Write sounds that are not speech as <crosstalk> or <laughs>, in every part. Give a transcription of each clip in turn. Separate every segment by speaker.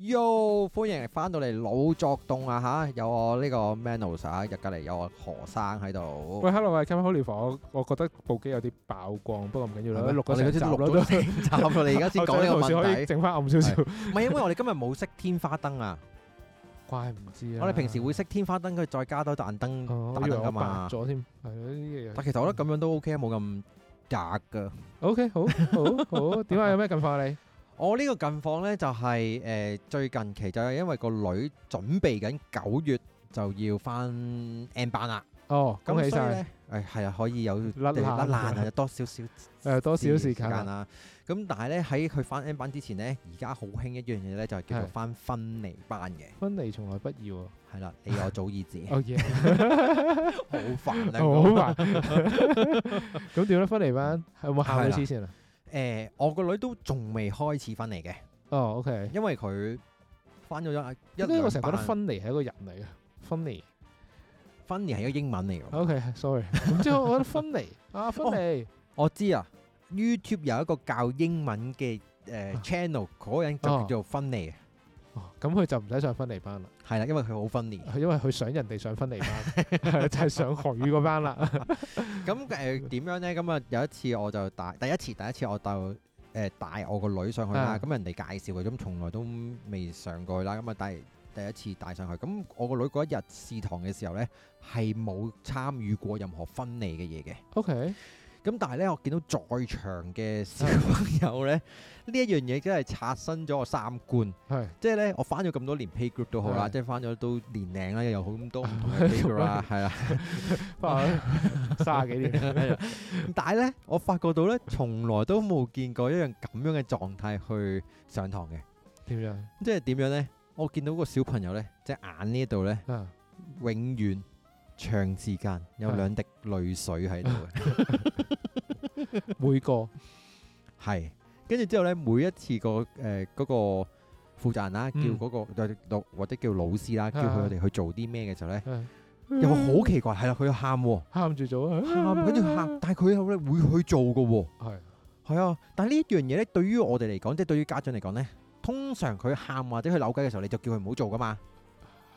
Speaker 1: Yo，歡迎翻到嚟老作動啊吓，有我呢個 Manos 啊，日隔離有我何生喺度。
Speaker 2: 喂，hello，我係 Kevin Holy 我我覺得部機有啲曝光，不過唔緊要
Speaker 1: 係咩
Speaker 2: 啦，錄咗
Speaker 1: 我哋嗰
Speaker 2: 成
Speaker 1: 啲
Speaker 2: 集
Speaker 1: 都
Speaker 2: 咯，
Speaker 1: 錄咗成集啦，你而家先講
Speaker 2: <laughs>
Speaker 1: 呢個
Speaker 2: 後生同事可
Speaker 1: 問
Speaker 2: 以
Speaker 1: 題，
Speaker 2: 整翻暗少少，
Speaker 1: 唔係因為我哋今日冇熄天花燈啊，
Speaker 2: 怪唔知啊。
Speaker 1: 我哋平時會熄天花燈，佢再加多盞燈
Speaker 2: 哦，
Speaker 1: 打
Speaker 2: 我以為
Speaker 1: 燈
Speaker 2: 我
Speaker 1: 噶
Speaker 2: 白
Speaker 1: 嘛。
Speaker 2: 咗添，係咯呢啲嘢。
Speaker 1: 但其實我覺得咁樣都 OK 啊，冇咁窄噶。
Speaker 2: O K，好好
Speaker 1: <laughs>
Speaker 2: 好，點啊？有咩近況啊你？
Speaker 1: 我呢個近況呢，就係、誒、最近期就係因為個女準備緊九月就要翻 M 班啦，
Speaker 2: 哦，
Speaker 1: 咁
Speaker 2: 恭喜
Speaker 1: 所以
Speaker 2: 晒，
Speaker 1: 呢，誒係啊，可以有
Speaker 2: 甩
Speaker 1: 誒
Speaker 2: 爛
Speaker 1: 爛啊，多少少
Speaker 2: 誒多少時間啊？
Speaker 1: 啦。咁但係呢，喺佢翻 M 班之前呢，而家好興一樣嘢呢，就係叫做
Speaker 2: 係
Speaker 1: 翻分離班嘅，
Speaker 2: 分離從來不要啊！
Speaker 1: 係啦，你
Speaker 2: <laughs>
Speaker 1: 我早已知，
Speaker 2: 哦耶，
Speaker 1: <laughs> 好煩啊！
Speaker 2: 好煩。 <laughs> 咁點咧？分離班有冇喊到黐線啊？
Speaker 1: 誒，我個女都仲未開始分離嘅，
Speaker 2: 哦，O K。
Speaker 1: 因為佢翻咗一一
Speaker 2: 因為
Speaker 1: 兩
Speaker 2: 我成日覺得
Speaker 1: 班。
Speaker 2: 分離係一個人嚟嘅，分離。
Speaker 1: 分離係一個英文嚟㗎。
Speaker 2: O K，sorry。唔知我覺得分離啊，分離。
Speaker 1: 我知啊，YouTube 有一個教英文嘅誒
Speaker 2: 啊
Speaker 1: channel，嗰個人就叫做芬尼，
Speaker 2: 哦，咁佢就唔使上分離班啦，
Speaker 1: 係啦，因為佢好分裂。
Speaker 2: 因為佢想人哋上分離班，就係上韓語嗰班啦。
Speaker 1: 咁誒點樣咧？咁啊有一次我就帶第一次，第一次我就誒帶我個女上去啦。
Speaker 2: 啊
Speaker 1: 咁人哋介紹佢，咁從來都未上過去啦。咁啊帶第一次帶上去，咁我個女嗰一日試堂嘅時候咧，係冇參與過任何分離嘅嘢嘅。
Speaker 2: O K，
Speaker 1: 咁但係咧，我見到在場嘅小朋友咧，呢 <laughs> 一樣嘢真係刷新咗我三觀。
Speaker 2: 係
Speaker 1: 即係咧，我翻咗咁多年 pay group 都好啦，
Speaker 2: 係
Speaker 1: 即係翻咗都年齡啦，又好咁多唔同
Speaker 2: <laughs>
Speaker 1: 嘅 pay group 啦，係啦。
Speaker 2: 翻卅幾年，
Speaker 1: 係啦但係咧，我發覺到咧，從來都冇見過一樣咁樣嘅狀態去上堂嘅。
Speaker 2: 點樣
Speaker 1: 即係點樣咧？我見到個小朋友咧，隻眼呢度咧，
Speaker 2: 啊？
Speaker 1: 永遠長時間有
Speaker 2: 係
Speaker 1: 兩滴淚水喺度
Speaker 2: <laughs>
Speaker 1: 嘅，
Speaker 2: 每個
Speaker 1: 係。跟住之後咧，每一次個誒嗰個負責人啦，叫
Speaker 2: 嗯
Speaker 1: 嗰個或者叫老師啦，叫佢哋去做啲咩嘅時候
Speaker 2: <laughs>
Speaker 1: 咧，
Speaker 2: 啊
Speaker 1: 又好奇怪，係啦，佢又喊
Speaker 2: <laughs>
Speaker 1: 喎。
Speaker 2: 喊住做啊，
Speaker 1: 喊，跟住喊，但係佢又咧會去做嘅喎。
Speaker 2: 係
Speaker 1: 係啊，但係呢一樣嘢咧，對於我哋嚟講，即係對於家長嚟講咧，通常佢喊或者佢扭計嘅時候，你就叫佢唔好做噶嘛，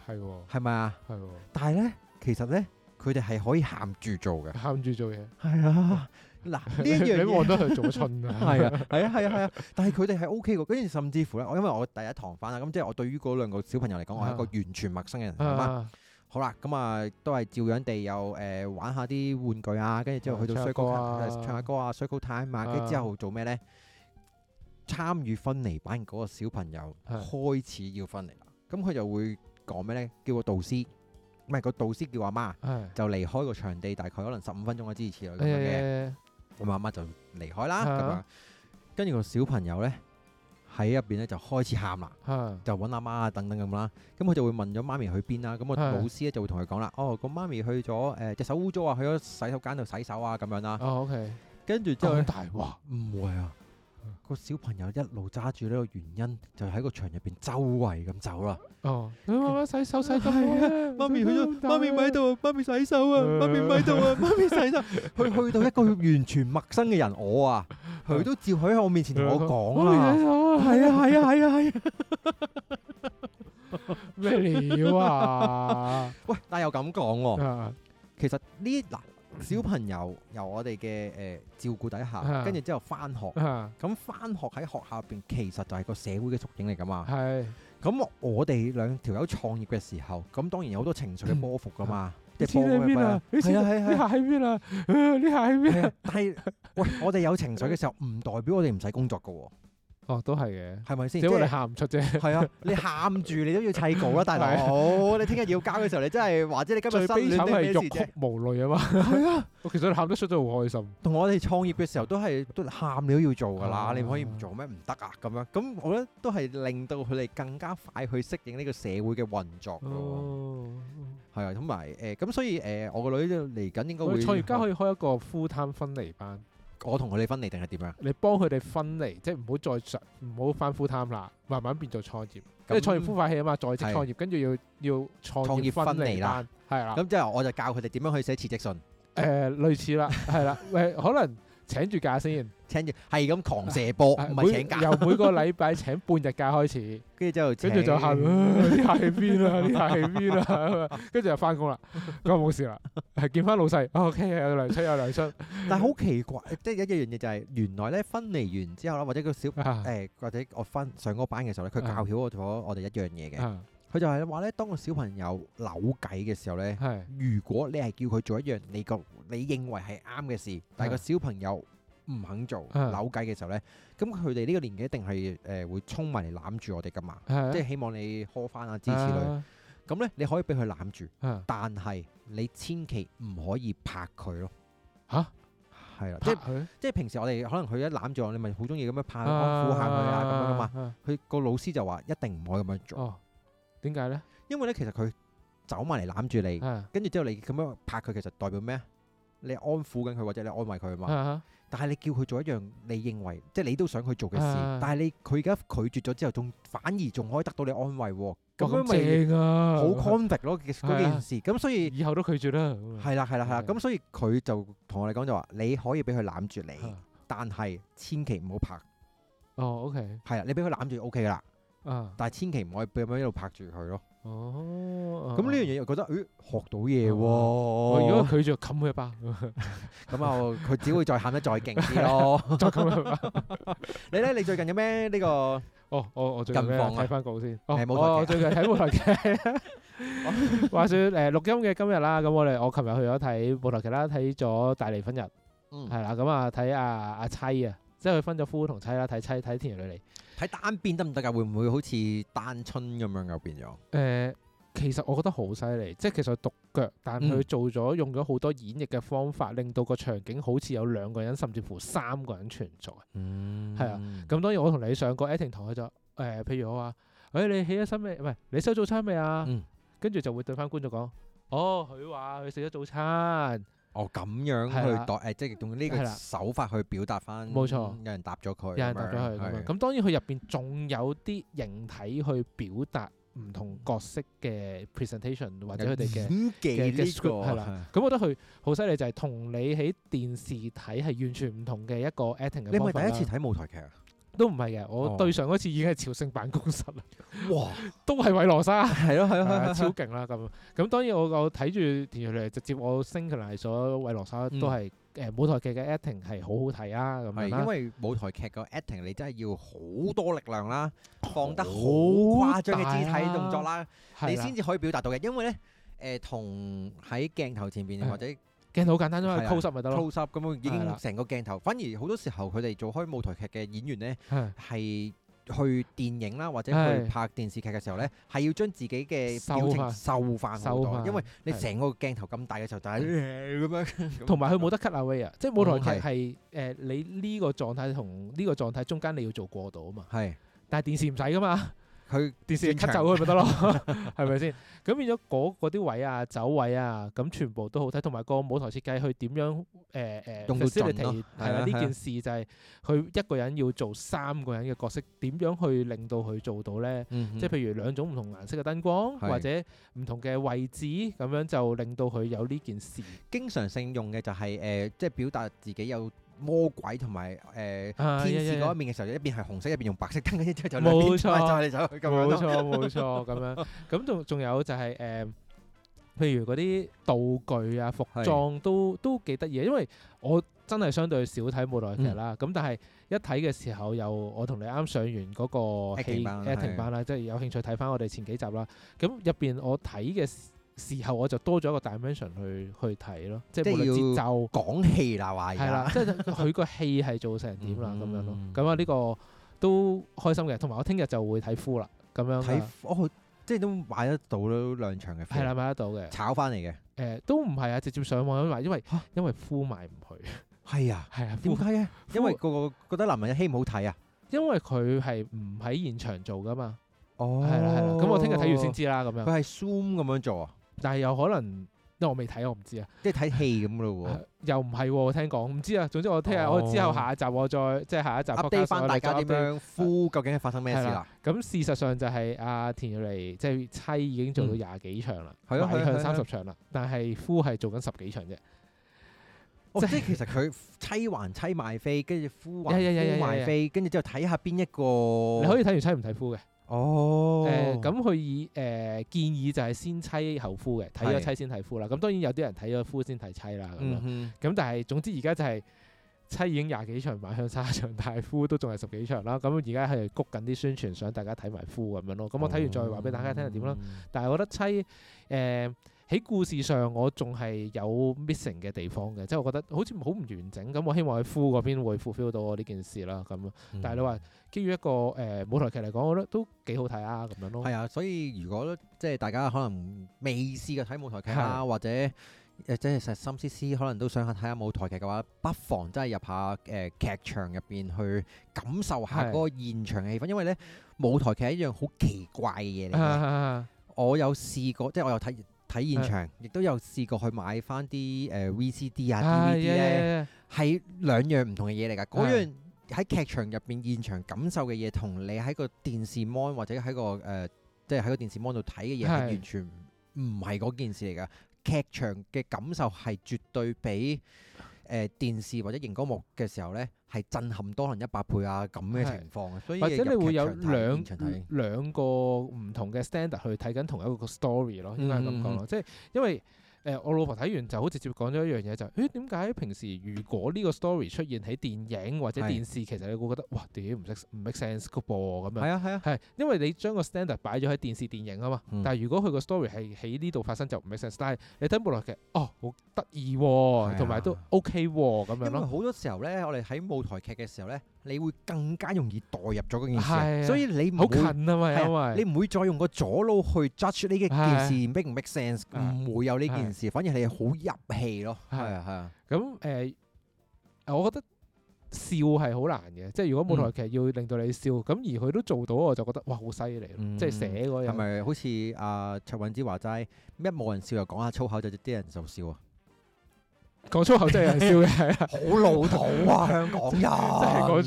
Speaker 2: 係喎
Speaker 1: 係咪啊？
Speaker 2: 係喎，
Speaker 1: 但係咧，其實咧，佢哋係可以喊住做嘅。
Speaker 2: 喊住做嘢。
Speaker 1: 係啊，嗱呢一樣
Speaker 2: <laughs> 你望
Speaker 1: 嘢。
Speaker 2: 得佢做春啊？
Speaker 1: 係啊，係啊，係啊，係啊，但係佢哋係 O K 嘅，跟住甚至乎咧，我因為我第一堂翻啦，咁即係我對於嗰兩個小朋友嚟講，我係一個完全陌生嘅人啦。
Speaker 2: 啊，
Speaker 1: 好啦，咁啊都係照樣地又誒玩下啲玩具啊，跟住之後去到
Speaker 2: 唱下
Speaker 1: circle
Speaker 2: 歌啊
Speaker 1: time，誒唱下歌啊，circle time 啊，跟住之後做咩呢？參與分離班嗰個小朋友
Speaker 2: 係
Speaker 1: 開始要分離啦，咁佢就會講咩呢？叫個導師，唔係個導師叫阿媽，
Speaker 2: 係
Speaker 1: 就離開個場地，大概可能十五分鐘啊之類之類咁
Speaker 2: 哎
Speaker 1: 樣嘅，
Speaker 2: 誒
Speaker 1: 咁阿媽就離開啦，咁
Speaker 2: 啊
Speaker 1: 樣，跟住個小朋友呢，喺入邊呢就開始喊啦。
Speaker 2: 嚇
Speaker 1: 就揾阿媽啊等等咁啦，咁佢就會問咗媽咪去邊啦，咁我
Speaker 2: 係
Speaker 1: 老師咧就會同佢講啦，哦個媽咪去咗誒隻手污糟啊，去咗洗手間度洗手啊咁樣啦，
Speaker 2: 哦 OK，
Speaker 1: 跟住之後
Speaker 2: 講
Speaker 1: 呢
Speaker 2: 大話
Speaker 1: 唔會啊
Speaker 2: 嗯，
Speaker 1: 個小朋友一路揸住呢個原因，就喺個場入邊周圍咁走啦，
Speaker 2: 哦，你慢慢洗手洗咁多啊
Speaker 1: 媽咪去咗，媽咪唔喺，度啊，媽咪洗手啊，
Speaker 2: 嗯
Speaker 1: 媽咪唔喺度啊，媽咪洗手，佢去到一個完全陌生嘅人我啊，佢都照喺我面前同我講
Speaker 2: 媽咪
Speaker 1: 啦
Speaker 2: 洗，手啊，
Speaker 1: 係啊係啊係啊係啊。
Speaker 2: 咩料啊？
Speaker 1: 喂，但又咁講喎，
Speaker 2: 啊
Speaker 1: 其實呢嗱小朋友由我哋嘅誒照顧底下，
Speaker 2: 啊
Speaker 1: 跟住之後翻學，
Speaker 2: 啊，
Speaker 1: 咁翻學喺學校入邊其實就係個社會嘅縮影嚟噶嘛。
Speaker 2: 係
Speaker 1: 咁我哋兩條友創業嘅時候，咁當然有好多情緒嘅波幅噶嘛，即
Speaker 2: 嗯你
Speaker 1: 係
Speaker 2: 錢
Speaker 1: 波
Speaker 2: 喺邊啊？你
Speaker 1: 係
Speaker 2: 錢
Speaker 1: 啊係啊
Speaker 2: 呢
Speaker 1: 係啊
Speaker 2: 下喺邊啊？ <laughs> 啊呢下喺邊
Speaker 1: 係
Speaker 2: 啊
Speaker 1: 啊！但係喂，我哋有情緒嘅時候，唔代表我哋唔使工作噶喎，
Speaker 2: 哦，都係嘅，
Speaker 1: 係咪先？
Speaker 2: 只
Speaker 1: 即
Speaker 2: 不過你
Speaker 1: 係
Speaker 2: 喊唔出啫。
Speaker 1: 係啊，你喊住你都要砌稿啦，大佬。你聽日要交嘅時候，你真係或者你今日
Speaker 2: 啊最
Speaker 1: 失
Speaker 2: 悲
Speaker 1: 戀
Speaker 2: 慘
Speaker 1: 啲咩
Speaker 2: 係
Speaker 1: 事
Speaker 2: 欲
Speaker 1: 啫？
Speaker 2: 哭無淚啊嘛。
Speaker 1: 係啊。
Speaker 2: <laughs> 我其實你喊得出都好開心。
Speaker 1: 同我哋創業嘅時候都係都喊你都要做㗎啦，
Speaker 2: 啊
Speaker 1: 你唔可以唔做咩？唔得啊咁樣。咁我覺得都係令到佢哋更加快去適應呢個社會嘅運作咯。
Speaker 2: 哦，
Speaker 1: 係啊，同埋誒咁，所以誒我個女都嚟緊應該
Speaker 2: 我
Speaker 1: 會啊
Speaker 2: 哋創業家可
Speaker 1: 以，
Speaker 2: 以開一個 full time 分離班，
Speaker 1: 我同佢哋分離定係點樣？
Speaker 2: 你幫佢哋分離，即係唔好再上，唔好翻 full time 啦，慢慢變做創業。因為創業孵化器啊嘛，在職
Speaker 1: 係
Speaker 2: 創業，跟住要要創
Speaker 1: 創業
Speaker 2: 業
Speaker 1: 分
Speaker 2: 分
Speaker 1: 離
Speaker 2: 離
Speaker 1: 啦
Speaker 2: 班，係啦。
Speaker 1: 咁之後我就教佢哋點樣去寫辭職信。
Speaker 2: 誒類似啦，係啦，誒可能請住假先，
Speaker 1: 請住係咁狂射波，
Speaker 2: 啊
Speaker 1: 唔
Speaker 2: 每
Speaker 1: 係請假，
Speaker 2: 由每個禮拜請半日假開始，
Speaker 1: 跟住之後
Speaker 2: 跟住
Speaker 1: <laughs>
Speaker 2: 就
Speaker 1: 請
Speaker 2: 喊呢下喺邊啊
Speaker 1: <laughs>
Speaker 2: 啦，呢下喺邊啦咁啊，跟住就翻工啦，咁啊冇事啦，係見翻老細啊，OK 有糧出有糧出
Speaker 1: 但係好奇怪，即係一一樣嘢就係原來咧分離完之後啦，或者個小 <laughs>
Speaker 2: 啊
Speaker 1: 誒或者我分上嗰個班嘅時候咧，佢
Speaker 2: 啊
Speaker 1: 教曉我咗我哋一樣嘢嘅，
Speaker 2: 啊
Speaker 1: 佢就係話咧，當個小朋友扭計嘅時候咧，
Speaker 2: 係
Speaker 1: 如果你係叫佢做一樣你個你認為係啱嘅事，但係個
Speaker 2: 啊
Speaker 1: 小朋友唔肯做
Speaker 2: 啊
Speaker 1: 扭計嘅時候咧，咁佢哋呢個年紀一定係誒會衝埋嚟攬住我哋噶嘛，
Speaker 2: 係
Speaker 1: 即係希望你呵翻啊支持佢，咁咧你可以俾佢攬住，
Speaker 2: 啊
Speaker 1: 但係你千祈唔可以拍佢咯，
Speaker 2: 嚇
Speaker 1: 係啦，即
Speaker 2: 拍
Speaker 1: 係。
Speaker 2: 佢
Speaker 1: 即係平時我哋可能佢一攬住我，你咪好中意咁樣拍佢安
Speaker 2: 啊
Speaker 1: 撫下佢啊咁樣噶嘛。
Speaker 2: 嘛，
Speaker 1: 佢個老師就話一定唔可以咁樣做，
Speaker 2: 哦點解咧？
Speaker 1: 因為咧其實佢走埋嚟攬住你，
Speaker 2: 啊
Speaker 1: 跟住之後你咁樣拍佢，其實代表咩啊？你安撫緊佢或者你安慰佢啊嘛。
Speaker 2: 啊
Speaker 1: 但係你叫佢做一樣你認為即係你都想佢做嘅事
Speaker 2: 啊，
Speaker 1: 但係你佢而家拒絕咗之後，仲反而仲可以得到你安慰喎。
Speaker 2: 哇
Speaker 1: 咁樣
Speaker 2: 咁
Speaker 1: 咪
Speaker 2: 正啊，
Speaker 1: 好 convict 咯嗰嗰
Speaker 2: 係啊
Speaker 1: 件事。咁所以
Speaker 2: 以後都拒絕啦，咁啊
Speaker 1: 係啦係啦係啦，
Speaker 2: 係啊
Speaker 1: 咁所以佢就同我哋講就話，你可以俾佢攬住你，
Speaker 2: 啊
Speaker 1: 但係千祈唔好拍。
Speaker 2: 哦，OK，
Speaker 1: 係啦，你俾佢攬住 O K 噶啦，
Speaker 2: 啊，
Speaker 1: 但係千祈唔可以咁樣一路拍住佢咯。
Speaker 2: 哦，
Speaker 1: 咁呢樣嘢又覺得，咦，學到嘢
Speaker 2: 哦，如果
Speaker 1: 喎。
Speaker 2: 拒絕，冚佢
Speaker 1: <laughs>
Speaker 2: 一巴， <laughs>
Speaker 1: 咁啊，佢只會再喊得再勁啲咯。
Speaker 2: 再冚佢一巴。
Speaker 1: 你咧，你最近有咩呢個？
Speaker 2: 哦，我我最近
Speaker 1: 近
Speaker 2: 咧
Speaker 1: 況啊
Speaker 2: 睇翻稿先。哦，
Speaker 1: 誒舞台劇啊
Speaker 2: 我我最近睇舞台
Speaker 1: <laughs>
Speaker 2: 劇。 <laughs> 話説誒錄音嘅今日啦，咁我哋我琴日去咗睇舞台劇啦，睇咗《大離婚日》
Speaker 1: 嗯
Speaker 2: 係啦，咁啊睇阿阿妻啊，即係佢分咗夫同妻啦，
Speaker 1: 嗯
Speaker 2: 睇妻睇田蕊妮。
Speaker 1: 睇單邊得唔得㗎？會唔會好似單春咁樣又變咗？
Speaker 2: 誒、其實我覺得好犀利，即係其實獨腳，但佢
Speaker 1: 嗯
Speaker 2: 做咗用咗好多演繹嘅方法，令到個場景好似有兩個人甚至乎三個人存在。
Speaker 1: 嗯
Speaker 2: 係啊。咁當然我同你上過 acting 堂，佢就誒、譬如我話：，誒、你起咗身未？唔係你收早餐未啊？
Speaker 1: 嗯
Speaker 2: 跟住就會對翻觀眾講：，哦，佢話佢食咗早餐。
Speaker 1: 哦，咁樣
Speaker 2: 係
Speaker 1: 去
Speaker 2: 啦
Speaker 1: 代誒，即係用呢
Speaker 2: 係
Speaker 1: 個
Speaker 2: 啦
Speaker 1: 手法去表達翻。
Speaker 2: 冇錯
Speaker 1: 有人答咗佢，
Speaker 2: 有人答咗佢咁樣。
Speaker 1: 啊係
Speaker 2: 咁當然佢入邊仲有啲形體去表達唔同角色嘅 presentation 或者佢哋嘅。
Speaker 1: 演技
Speaker 2: 嘅嘅
Speaker 1: 呢
Speaker 2: script 係啦
Speaker 1: 個，，啊
Speaker 2: 咁我覺得佢好犀利，就係同你喺電視睇係完全唔同嘅一個 acting
Speaker 1: 你
Speaker 2: 嘅
Speaker 1: 係
Speaker 2: 方法
Speaker 1: 咪
Speaker 2: 啦
Speaker 1: 第一次睇舞台劇啊？
Speaker 2: 都唔係嘅，我
Speaker 1: 哦
Speaker 2: 對上嗰次已經係朝聖辦公室啦，
Speaker 1: 哇，
Speaker 2: 都係韋羅莎，
Speaker 1: 係咯係咯
Speaker 2: 係啊
Speaker 1: 係
Speaker 2: 超
Speaker 1: 咯，
Speaker 2: 勁啦咁。咁當然我我睇住田蕊妮直接我 s y n c h r o n i z e 咗韋羅莎，
Speaker 1: 嗯
Speaker 2: 都係誒舞台劇嘅 acting 係好好睇啊咁樣
Speaker 1: 係
Speaker 2: 啦
Speaker 1: 因。為舞台劇個 acting 你真係要好多力量啦，放得好誇
Speaker 2: 好
Speaker 1: 張嘅肢
Speaker 2: 大
Speaker 1: 體
Speaker 2: 啦
Speaker 1: 動作啦，你
Speaker 2: 係啦
Speaker 1: 先至可以表達到嘅。因為咧誒同喺鏡頭前邊
Speaker 2: 係
Speaker 1: 或者
Speaker 2: 鏡頭好簡單啫嘛
Speaker 1: 係啊
Speaker 2: ，close up 咪得咯。
Speaker 1: close up 咁樣已
Speaker 2: 係
Speaker 1: 經
Speaker 2: 啦
Speaker 1: 成個鏡頭，反而好多時候佢哋做開舞台劇嘅演員咧
Speaker 2: 係
Speaker 1: 係。去電影啦，或者去
Speaker 2: 係
Speaker 1: 拍電視劇嘅時候咧，係要將自己嘅表
Speaker 2: 瘦
Speaker 1: 情
Speaker 2: 化
Speaker 1: 瘦化好
Speaker 2: 瘦
Speaker 1: 多，
Speaker 2: 化
Speaker 1: 因為你
Speaker 2: 係
Speaker 1: 成個鏡頭咁大嘅時候就係
Speaker 2: <laughs>
Speaker 1: 咁樣，咁
Speaker 2: 同埋佢冇得 cut away 啊，即係舞台
Speaker 1: 哦係
Speaker 2: 劇係誒你呢個狀態同呢個狀態中間你要做過渡啊嘛，
Speaker 1: 係
Speaker 2: 但係電視唔使噶嘛。
Speaker 1: 佢
Speaker 2: 電視
Speaker 1: 現場
Speaker 2: cut 走佢咪得
Speaker 1: <laughs>
Speaker 2: 咯，<laughs> 係咪先？咁變咗嗰嗰啲位啊、走位啊，咁全部都好睇，同埋個舞台設計佢點樣誒誒
Speaker 1: 用到盡咯
Speaker 2: facilitate
Speaker 1: 係
Speaker 2: 係啦，
Speaker 1: 啊
Speaker 2: 呢
Speaker 1: 係啊
Speaker 2: 件事就係佢一個人要做三個人嘅角色，點樣去令到佢做到咧？
Speaker 1: 嗯
Speaker 2: 即係譬如兩種唔同顏色嘅燈光，
Speaker 1: 係
Speaker 2: 或者唔同嘅位置，咁樣就令到佢有呢件事
Speaker 1: 經常性用嘅就係、誒、即係表達自己有魔鬼同埋誒
Speaker 2: 啊
Speaker 1: 天
Speaker 2: 呀
Speaker 1: 使
Speaker 2: 呀呀
Speaker 1: 嗰一面嘅時候，一邊係紅色，一邊用白色燈，跟住之後就兩邊
Speaker 2: 冇錯
Speaker 1: 走嚟走去咁樣
Speaker 2: 冇
Speaker 1: 咯。
Speaker 2: 錯冇錯
Speaker 1: <laughs>
Speaker 2: 咁樣，咁仲仲有就係、誒、譬如嗰啲道具啊、服裝都都幾得意，啊因為我真係相對少睇舞台劇
Speaker 1: 嗯
Speaker 2: 啦，咁、但係一睇嘅時候又我同你啱上完嗰個戲
Speaker 1: Acting 班係
Speaker 2: acting 班啦，即係有興趣睇翻我哋前幾集啦，咁入邊我睇嘅時候我就多咗一個 dimension 去去睇咯，即
Speaker 1: 即
Speaker 2: 係
Speaker 1: 係
Speaker 2: 無論
Speaker 1: 要
Speaker 2: 節奏。
Speaker 1: 講戲啦，話而啊
Speaker 2: 係啦
Speaker 1: 家，
Speaker 2: 即係佢個戲係做成點啦咁樣咯
Speaker 1: 嗯，
Speaker 2: 咁啊呢個都開心嘅，同埋我聽日就會睇夫啦，咁樣
Speaker 1: 睇
Speaker 2: 啊
Speaker 1: 哦，即係都買得到啦兩場嘅飛，
Speaker 2: 係啦買得到嘅，誒、
Speaker 1: 炒翻嚟嘅。
Speaker 2: 都唔係啊，直接上網買，因為
Speaker 1: 嚇
Speaker 2: 因為敷埋唔去，
Speaker 1: 係啊，
Speaker 2: 係 <laughs> 啊，
Speaker 1: 點
Speaker 2: 敷
Speaker 1: 解嘅？
Speaker 2: 夫
Speaker 1: 因為個個覺得男人希唔好睇啊。
Speaker 2: 因為佢係唔喺現場做噶嘛，
Speaker 1: 哦，
Speaker 2: 係啦係啦，咁我聽日睇完先
Speaker 1: 知。
Speaker 2: 知啊啦咁
Speaker 1: 佢
Speaker 2: 樣，
Speaker 1: 係 Zoom 咁樣做啊，
Speaker 2: 但係有可能，因為我未睇我唔知啊，
Speaker 1: 即係睇戲咁咯喎。
Speaker 2: 又唔係喎，啊我聽講唔知啊，總之我聽日、
Speaker 1: 哦
Speaker 2: 我之後下一集我再即係下一集
Speaker 1: update 翻大家點
Speaker 2: 點樣。
Speaker 1: 樣 full 究竟係發生咩事
Speaker 2: 係
Speaker 1: 啦
Speaker 2: 啦？咁事實上就係阿田蕊妮即係妻已經做到廿幾場啦，
Speaker 1: 嗯係啊係啊係
Speaker 2: 邁
Speaker 1: 啊
Speaker 2: 向三十場啦，但係夫係做緊十幾場啫。
Speaker 1: 哦
Speaker 2: 即
Speaker 1: 即
Speaker 2: 係
Speaker 1: 係其實佢妻還妻賣飛，跟住夫還
Speaker 2: 呀呀呀
Speaker 1: 夫
Speaker 2: 呀呀
Speaker 1: 賣
Speaker 2: 呀
Speaker 1: 飛，跟住之後睇下邊一個。
Speaker 2: 你可以睇完妻唔睇夫嘅。
Speaker 1: 哦，
Speaker 2: 誒咁佢以誒、建議就係先妻後夫嘅，睇
Speaker 1: 係
Speaker 2: 咗妻先睇夫啦。咁當然有啲人睇咗夫先睇妻啦咁樣。
Speaker 1: 嗯
Speaker 2: 咁、
Speaker 1: 哼
Speaker 2: 但係總之而家就係、妻已經廿幾場買向沙場，大夫都仲係十幾場啦。咁而家係谷緊啲宣傳，想大家睇埋夫咁樣咯。咁我睇完再話俾大家聽係點
Speaker 1: 哦
Speaker 2: 啦。。但係我覺得妻誒喺、故事上我仲係有 missing 嘅地方嘅，即係我覺得好似好唔完整。咁我希望喺夫嗰邊會 fulfill 到我呢件事啦。咁
Speaker 1: 嗯
Speaker 2: 但係你話基於一個誒、舞台劇嚟講，我覺得都幾好睇啊咁樣咯。
Speaker 1: 係啊，所以如果即係大家可能未試過睇舞台劇啊，或者誒即係實心思思，可能都想睇下舞台劇嘅話，不妨真係入下誒、呃、劇場入邊去感受下
Speaker 2: 係
Speaker 1: 嗰個現場氣氛，因為咧舞台劇係一樣好奇怪嘅嘢嚟嘅。
Speaker 2: 啊
Speaker 1: 我有試過，即係我有睇睇現場，亦都有試過去買翻啲呃誒 VCD 啊、DVD 咧，
Speaker 2: 係
Speaker 1: 係兩樣唔同嘅嘢嚟㗎。嗰
Speaker 2: 係
Speaker 1: 樣喺劇場入邊現場感受嘅嘢，同你喺個電視 mon 或者喺個誒、呃即係喺個電視 mon 度睇嘅嘢，係
Speaker 2: 係
Speaker 1: 完全唔係嗰件事嚟㗎。劇場嘅感受係絕對比誒、呃、電視或者熒光幕嘅時候咧，係震撼多可能一百倍啊咁嘅
Speaker 2: 係
Speaker 1: 情況。所以
Speaker 2: 或者
Speaker 1: 入
Speaker 2: 你會
Speaker 1: 劇
Speaker 2: 有
Speaker 1: 場睇
Speaker 2: 兩嗯
Speaker 1: 現場睇
Speaker 2: 兩個唔同嘅 standard 去睇緊同一個 story 咯，應該係
Speaker 1: 嗯
Speaker 2: 咁講咯。即係因為誒、呃我老婆睇完就好直接講咗一樣嘢就係、誒點解平時如果呢個 story 出現喺電影或者
Speaker 1: 係
Speaker 2: 電視，其實你會覺得哇屌唔 make 唔 make sense 個噃咁樣
Speaker 1: 係。啊係啊。
Speaker 2: 係，因為你將個 standard 擺咗喺電視電影啊嘛，
Speaker 1: 嗯
Speaker 2: 但係如果佢個 story 係喺呢度發生就唔 make sense，但係你睇舞台劇，哦，好得意
Speaker 1: 啊
Speaker 2: 喎，同埋都 OK 喎咁樣
Speaker 1: 因為
Speaker 2: 咯，
Speaker 1: 好多時候咧，我哋喺舞台劇嘅時候咧，你會更加容易代入咗嗰件事
Speaker 2: 係
Speaker 1: 啊，
Speaker 2: 啊
Speaker 1: 所以你唔
Speaker 2: 好
Speaker 1: 會
Speaker 2: 近啊嘛，
Speaker 1: 係
Speaker 2: 因
Speaker 1: 啊
Speaker 2: 為
Speaker 1: 你唔會再用個左腦去 judge 呢一件事 make 唔 make sense，
Speaker 2: 啊
Speaker 1: 唔會有呢件事，反而你好入戲咯。係
Speaker 2: 係
Speaker 1: 啊係啊，
Speaker 2: 咁誒、呃我覺得笑係好難嘅，即係如果舞
Speaker 1: 嗯
Speaker 2: 台劇要令到你笑，咁、而佢都做到，我就覺得哇好犀利咯，
Speaker 1: 嗯
Speaker 2: 即係寫嗰
Speaker 1: 係
Speaker 2: 樣
Speaker 1: 咪好似阿卓韻芝話齋，一冇人笑就講下粗口，就啲人就笑啊，
Speaker 2: 講粗口真係有人笑
Speaker 1: <laughs>
Speaker 2: 嘅，係啊
Speaker 1: 好老土啊香港 <laughs> 人，真嗯
Speaker 2: 係講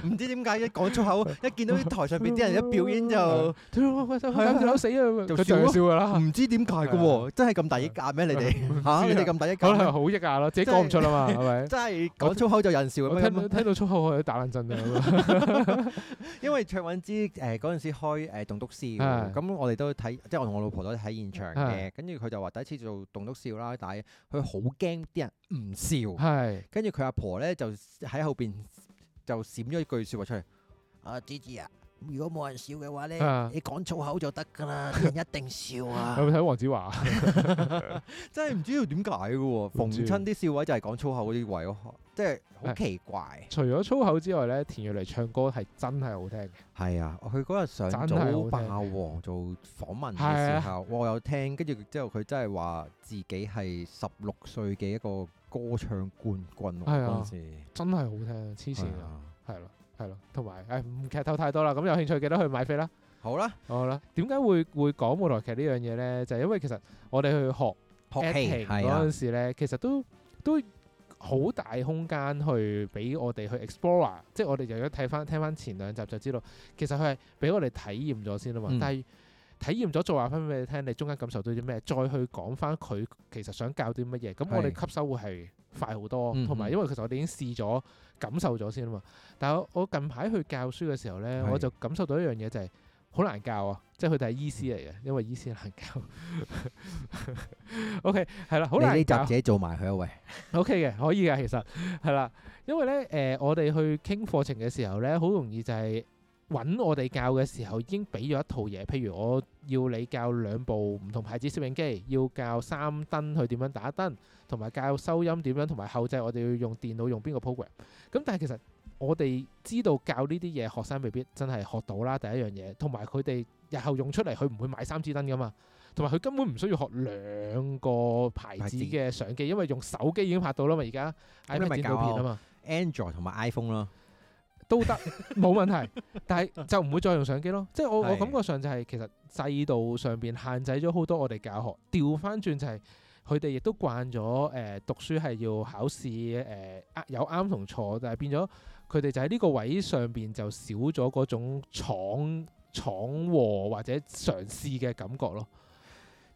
Speaker 2: 粗
Speaker 1: 唔知點解一講粗口，一見到啲台上邊啲人一表演
Speaker 2: <laughs>
Speaker 1: 就 <laughs>
Speaker 2: 屌我我
Speaker 1: 係啊
Speaker 2: 我我死啊，佢
Speaker 1: 就
Speaker 2: 就
Speaker 1: 笑咯
Speaker 2: 笑
Speaker 1: <laughs>
Speaker 2: 㗎啦，
Speaker 1: 唔知點解嘅
Speaker 2: 係
Speaker 1: 喎，啊真係啊咁大一格咩？你哋嚇你哋咁大一 <laughs>
Speaker 2: 可
Speaker 1: 格
Speaker 2: 能
Speaker 1: 咩，
Speaker 2: 好抑壓咯，自己
Speaker 1: 真啊係
Speaker 2: 講唔出啊嘛，係咪？
Speaker 1: <laughs> 真係講粗口就有人笑
Speaker 2: 我
Speaker 1: 嘅咩
Speaker 2: 聽
Speaker 1: 咁啊
Speaker 2: 到聽到粗口，我有啲打冷震啊！
Speaker 1: <laughs> 因為卓韻芝誒嗰陣時開誒棟篤呃笑
Speaker 2: 係
Speaker 1: 喎，咁我哋都睇，即係我同我老婆都睇現場嘅
Speaker 2: 係。
Speaker 1: 跟住佢就話第一次做棟篤笑啦，但係佢好驚啲人唔笑，
Speaker 2: 係
Speaker 1: 跟住佢阿婆咧就喺後邊就閃咗一句説話出嚟：啊，Gigi 啊，如果冇人笑嘅話咧
Speaker 2: 啊，
Speaker 1: 你講粗口就得㗎啦，啲人一定笑
Speaker 2: <laughs>
Speaker 1: 啊！
Speaker 2: 有冇睇黃子華？
Speaker 1: 真係唔知道點解嘅喎，逢
Speaker 2: 知啊
Speaker 1: 親啲笑位就係講粗口嗰啲位咯，即係好奇怪。
Speaker 2: 除咗粗口之外咧，田蕊妮唱歌係真係好聽嘅。
Speaker 1: 係啊，佢嗰日上
Speaker 2: 真係好
Speaker 1: 早
Speaker 2: 聽
Speaker 1: 霸王做訪問
Speaker 2: 係
Speaker 1: 嘅
Speaker 2: 啊
Speaker 1: 時候，我有聽，跟住之後佢真係話自己係十六歲嘅一個歌唱冠軍喎
Speaker 2: 係啊
Speaker 1: 嗰陣時。
Speaker 2: 真係好聽，黐線
Speaker 1: 係
Speaker 2: 啊！
Speaker 1: 啊
Speaker 2: 係咯，係咯，同埋誒唔劇透太多啦。咁有興趣記得去買飛啦。
Speaker 1: 好啦，
Speaker 2: 好啦，點解會會講舞台劇呢樣嘢咧？就係因為其實我哋去學
Speaker 1: 學
Speaker 2: acting
Speaker 1: 戲係
Speaker 2: 嗰
Speaker 1: 啊
Speaker 2: 陣，時咧，其實都都好大空間去俾我哋去 explore，即啊係我哋就果睇翻聽翻前兩集就知道，其實佢係俾我哋體驗咗先啊嘛。
Speaker 1: 嗯
Speaker 2: 但係體驗咗再話翻俾你聽，你中間感受到啲咩，再去講翻佢其實想教啲乜嘢，咁我哋
Speaker 1: 係
Speaker 2: 吸收會係快好多，
Speaker 1: 嗯
Speaker 2: 同埋、
Speaker 1: 嗯
Speaker 2: 因為其實我哋已經試咗感受咗先啊嘛。但係我我近排去教書嘅時候咧，
Speaker 1: 係
Speaker 2: 我就感受到一樣嘢就係、好難教啊！即係佢哋係醫師嚟嘅，因為醫師難教。O K，係啦，好
Speaker 1: 你
Speaker 2: 難
Speaker 1: 呢集
Speaker 2: 教
Speaker 1: 自。己做埋佢啊喂，
Speaker 2: O K 嘅，可以嘅，其實係啦，因為咧誒、呃我哋去傾課程嘅時候咧，好容易就係揾我哋教嘅時候已經俾咗一套嘢，譬如我要你教兩部唔同牌子攝影機，要教三燈去點樣打燈，同埋教收音點樣，同埋後製我哋要用電腦用邊個 program。咁但係其實我哋知道教呢啲嘢，學生未必真係學到啦。第一樣嘢，同埋佢哋日後用出嚟，佢唔會買三支燈噶嘛。同埋佢根本唔需要學兩個牌
Speaker 1: 牌
Speaker 2: 子
Speaker 1: 子
Speaker 2: 嘅相機，因為用手機已經拍到啦嘛。而家
Speaker 1: 咁你
Speaker 2: iPad
Speaker 1: 咪
Speaker 2: 剪到片
Speaker 1: 教
Speaker 2: 啊嘛，
Speaker 1: Android 同埋 iPhone 咯，<laughs>
Speaker 2: 都得冇問題。但係就唔會再用相機咯。即係我我
Speaker 1: 係
Speaker 2: 感覺上就係、其實制度上邊限制咗好多我哋教學。調翻轉就係、佢哋亦都慣咗誒、呃、讀書係要考試誒、呃有啱同錯，但係變咗佢哋就喺呢個位上邊就少咗嗰種闖闖禍或者嘗試嘅感覺咯。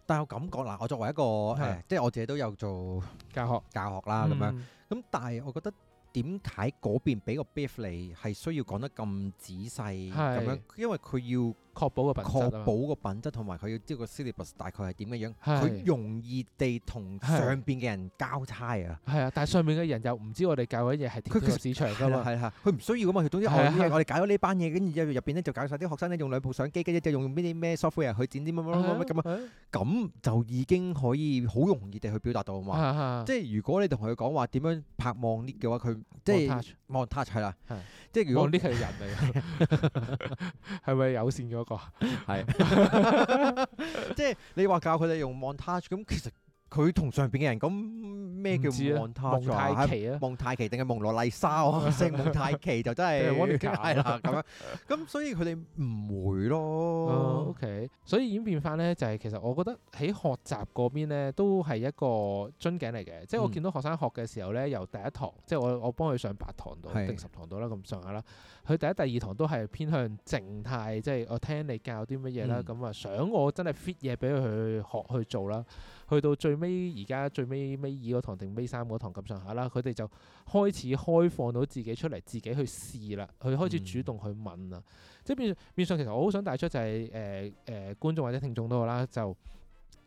Speaker 1: 但係我感覺嗱，我作為一個誒
Speaker 2: 係，
Speaker 1: 即係我自己都有做
Speaker 2: 教學
Speaker 1: 教學啊啦咁樣。
Speaker 2: 嗯
Speaker 1: 咁但係我覺得點解嗰邊俾個 brief 你係需要講得咁仔細咁
Speaker 2: 係
Speaker 1: 樣？因為佢
Speaker 2: 確保個
Speaker 1: 要
Speaker 2: 品
Speaker 1: 確
Speaker 2: 質啊嘛。
Speaker 1: 保個品質，同埋佢要知道個 syllabus 大概係點嘅樣，
Speaker 2: 係
Speaker 1: 佢容易地同
Speaker 2: 係
Speaker 1: 上邊嘅人交差啊！
Speaker 2: 係啊，但係上面嘅人又唔知我哋教嗰啲嘢係貼
Speaker 1: 佢
Speaker 2: 貼
Speaker 1: 佢
Speaker 2: 合市場
Speaker 1: 係
Speaker 2: 㗎
Speaker 1: 啦
Speaker 2: 嘛。
Speaker 1: 係啊啦，佢唔需要噶嘛。佢總之我
Speaker 2: 係啊
Speaker 1: 呢我哋搞咗呢班嘢，跟住之後入邊咧就搞晒啲學生咧用兩部相機，跟住就用邊啲咩 software 去剪啲乜乜乜乜乜咁啊，
Speaker 2: 咁
Speaker 1: 咁就已經可以好容易地去表達到啊嘛。
Speaker 2: 啊，
Speaker 1: 即係如果你同佢講話點樣拍望 lift 嘅話，佢即係
Speaker 2: Montage
Speaker 1: 望 touch 係啦
Speaker 2: 係，
Speaker 1: 即係如
Speaker 2: 我
Speaker 1: 果
Speaker 2: 呢係人嚟
Speaker 1: <laughs>
Speaker 2: 㗎，係咪有線嗰個？
Speaker 1: 係即係你話教佢哋用望 touch，咁其實佢同上邊嘅人咁咩叫
Speaker 2: 唔知啊
Speaker 1: 望
Speaker 2: 蒙
Speaker 1: touch 啊
Speaker 2: 太？奇啊，
Speaker 1: 蒙太奇定係蒙羅麗莎
Speaker 2: <laughs>
Speaker 1: 啊？姓蒙太奇就真
Speaker 2: 定係
Speaker 1: 係
Speaker 2: Monica
Speaker 1: 係啦
Speaker 2: <laughs>
Speaker 1: 咁樣，咁所以佢哋唔會
Speaker 2: 哦
Speaker 1: 咯，
Speaker 2: ，OK，所以演變翻咧，就係、其實我覺得喺學習嗰邊咧，都係一個樽頸嚟嘅。即係我
Speaker 1: 嗯
Speaker 2: 見到學生學嘅時候咧，由第一堂，即係我我幫佢上八堂度
Speaker 1: 係
Speaker 2: 定十堂度啦，咁上下啦。佢第一、第二堂都係偏向靜態，即係我聽你教啲乜嘢啦，
Speaker 1: 嗯
Speaker 2: 咁啊、想我真係 fit 嘢俾佢去學去做啦。去到最尾而家最尾尾二嗰堂定尾三嗰堂咁上下啦，佢哋就開始開放到自己出嚟，自己去試啦，佢開始
Speaker 1: 嗯
Speaker 2: 主動去問啦。即係變變相，其實我好想帶出就係誒誒觀眾或者聽眾都好啦，就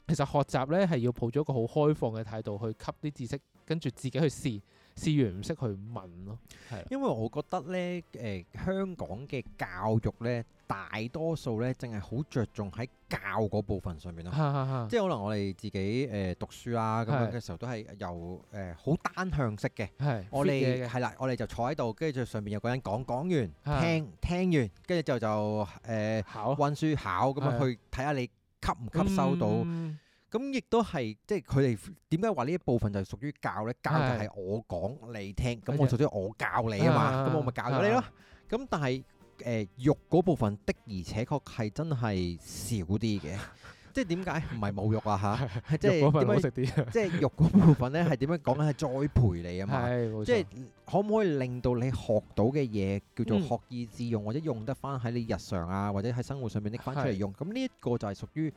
Speaker 2: 其實學習咧係要抱咗一個好開放嘅態度去吸啲知識，跟住自己去試，試完唔識去問咯，係啦，
Speaker 1: 因為我覺得咧，誒、香港嘅教育咧，大多數咧，淨係好着重喺教嗰部分上面咯。啊即
Speaker 2: 係
Speaker 1: 係可能我哋自己誒、呃、讀書啦咁樣
Speaker 2: 係
Speaker 1: 嘅時候，都係由誒好、單向式嘅。
Speaker 2: 係
Speaker 1: 我
Speaker 2: fit
Speaker 1: 哋
Speaker 2: 嘢嘅
Speaker 1: 係啦，我哋就坐喺度，跟住就上邊有個人講，講完
Speaker 2: 係
Speaker 1: 聽聽完，跟住就就誒
Speaker 2: 考
Speaker 1: 温書考咁樣
Speaker 2: 係
Speaker 1: 去睇下你吸唔吸收到。
Speaker 2: 嗯
Speaker 1: 咁亦都係即係佢哋點解話呢一部分就係屬於教咧？教就
Speaker 2: 係
Speaker 1: 係我講你聽，咁
Speaker 2: 係
Speaker 1: 我屬於我教你啊嘛，
Speaker 2: 啊
Speaker 1: 咁我咪教咗你咯
Speaker 2: 啊。
Speaker 1: 咁但係誒肉嗰部分的而且確係真係少啲
Speaker 2: <laughs>
Speaker 1: 嘅，即係點解唔係冇肉啊吓，即係
Speaker 2: 肉嗰份好
Speaker 1: 點解
Speaker 2: 食啲，啊
Speaker 1: 即係肉嗰部分咧係點樣講緊係栽培你啊嘛。
Speaker 2: 係冇
Speaker 1: 即 <laughs> 係
Speaker 2: 錯，
Speaker 1: 可唔可以令到你學到嘅嘢叫做
Speaker 2: 嗯
Speaker 1: 學以致用，或者用得翻喺你日常啊，或者喺生活上面拎翻出嚟
Speaker 2: 係
Speaker 1: 用？咁呢一個就係屬於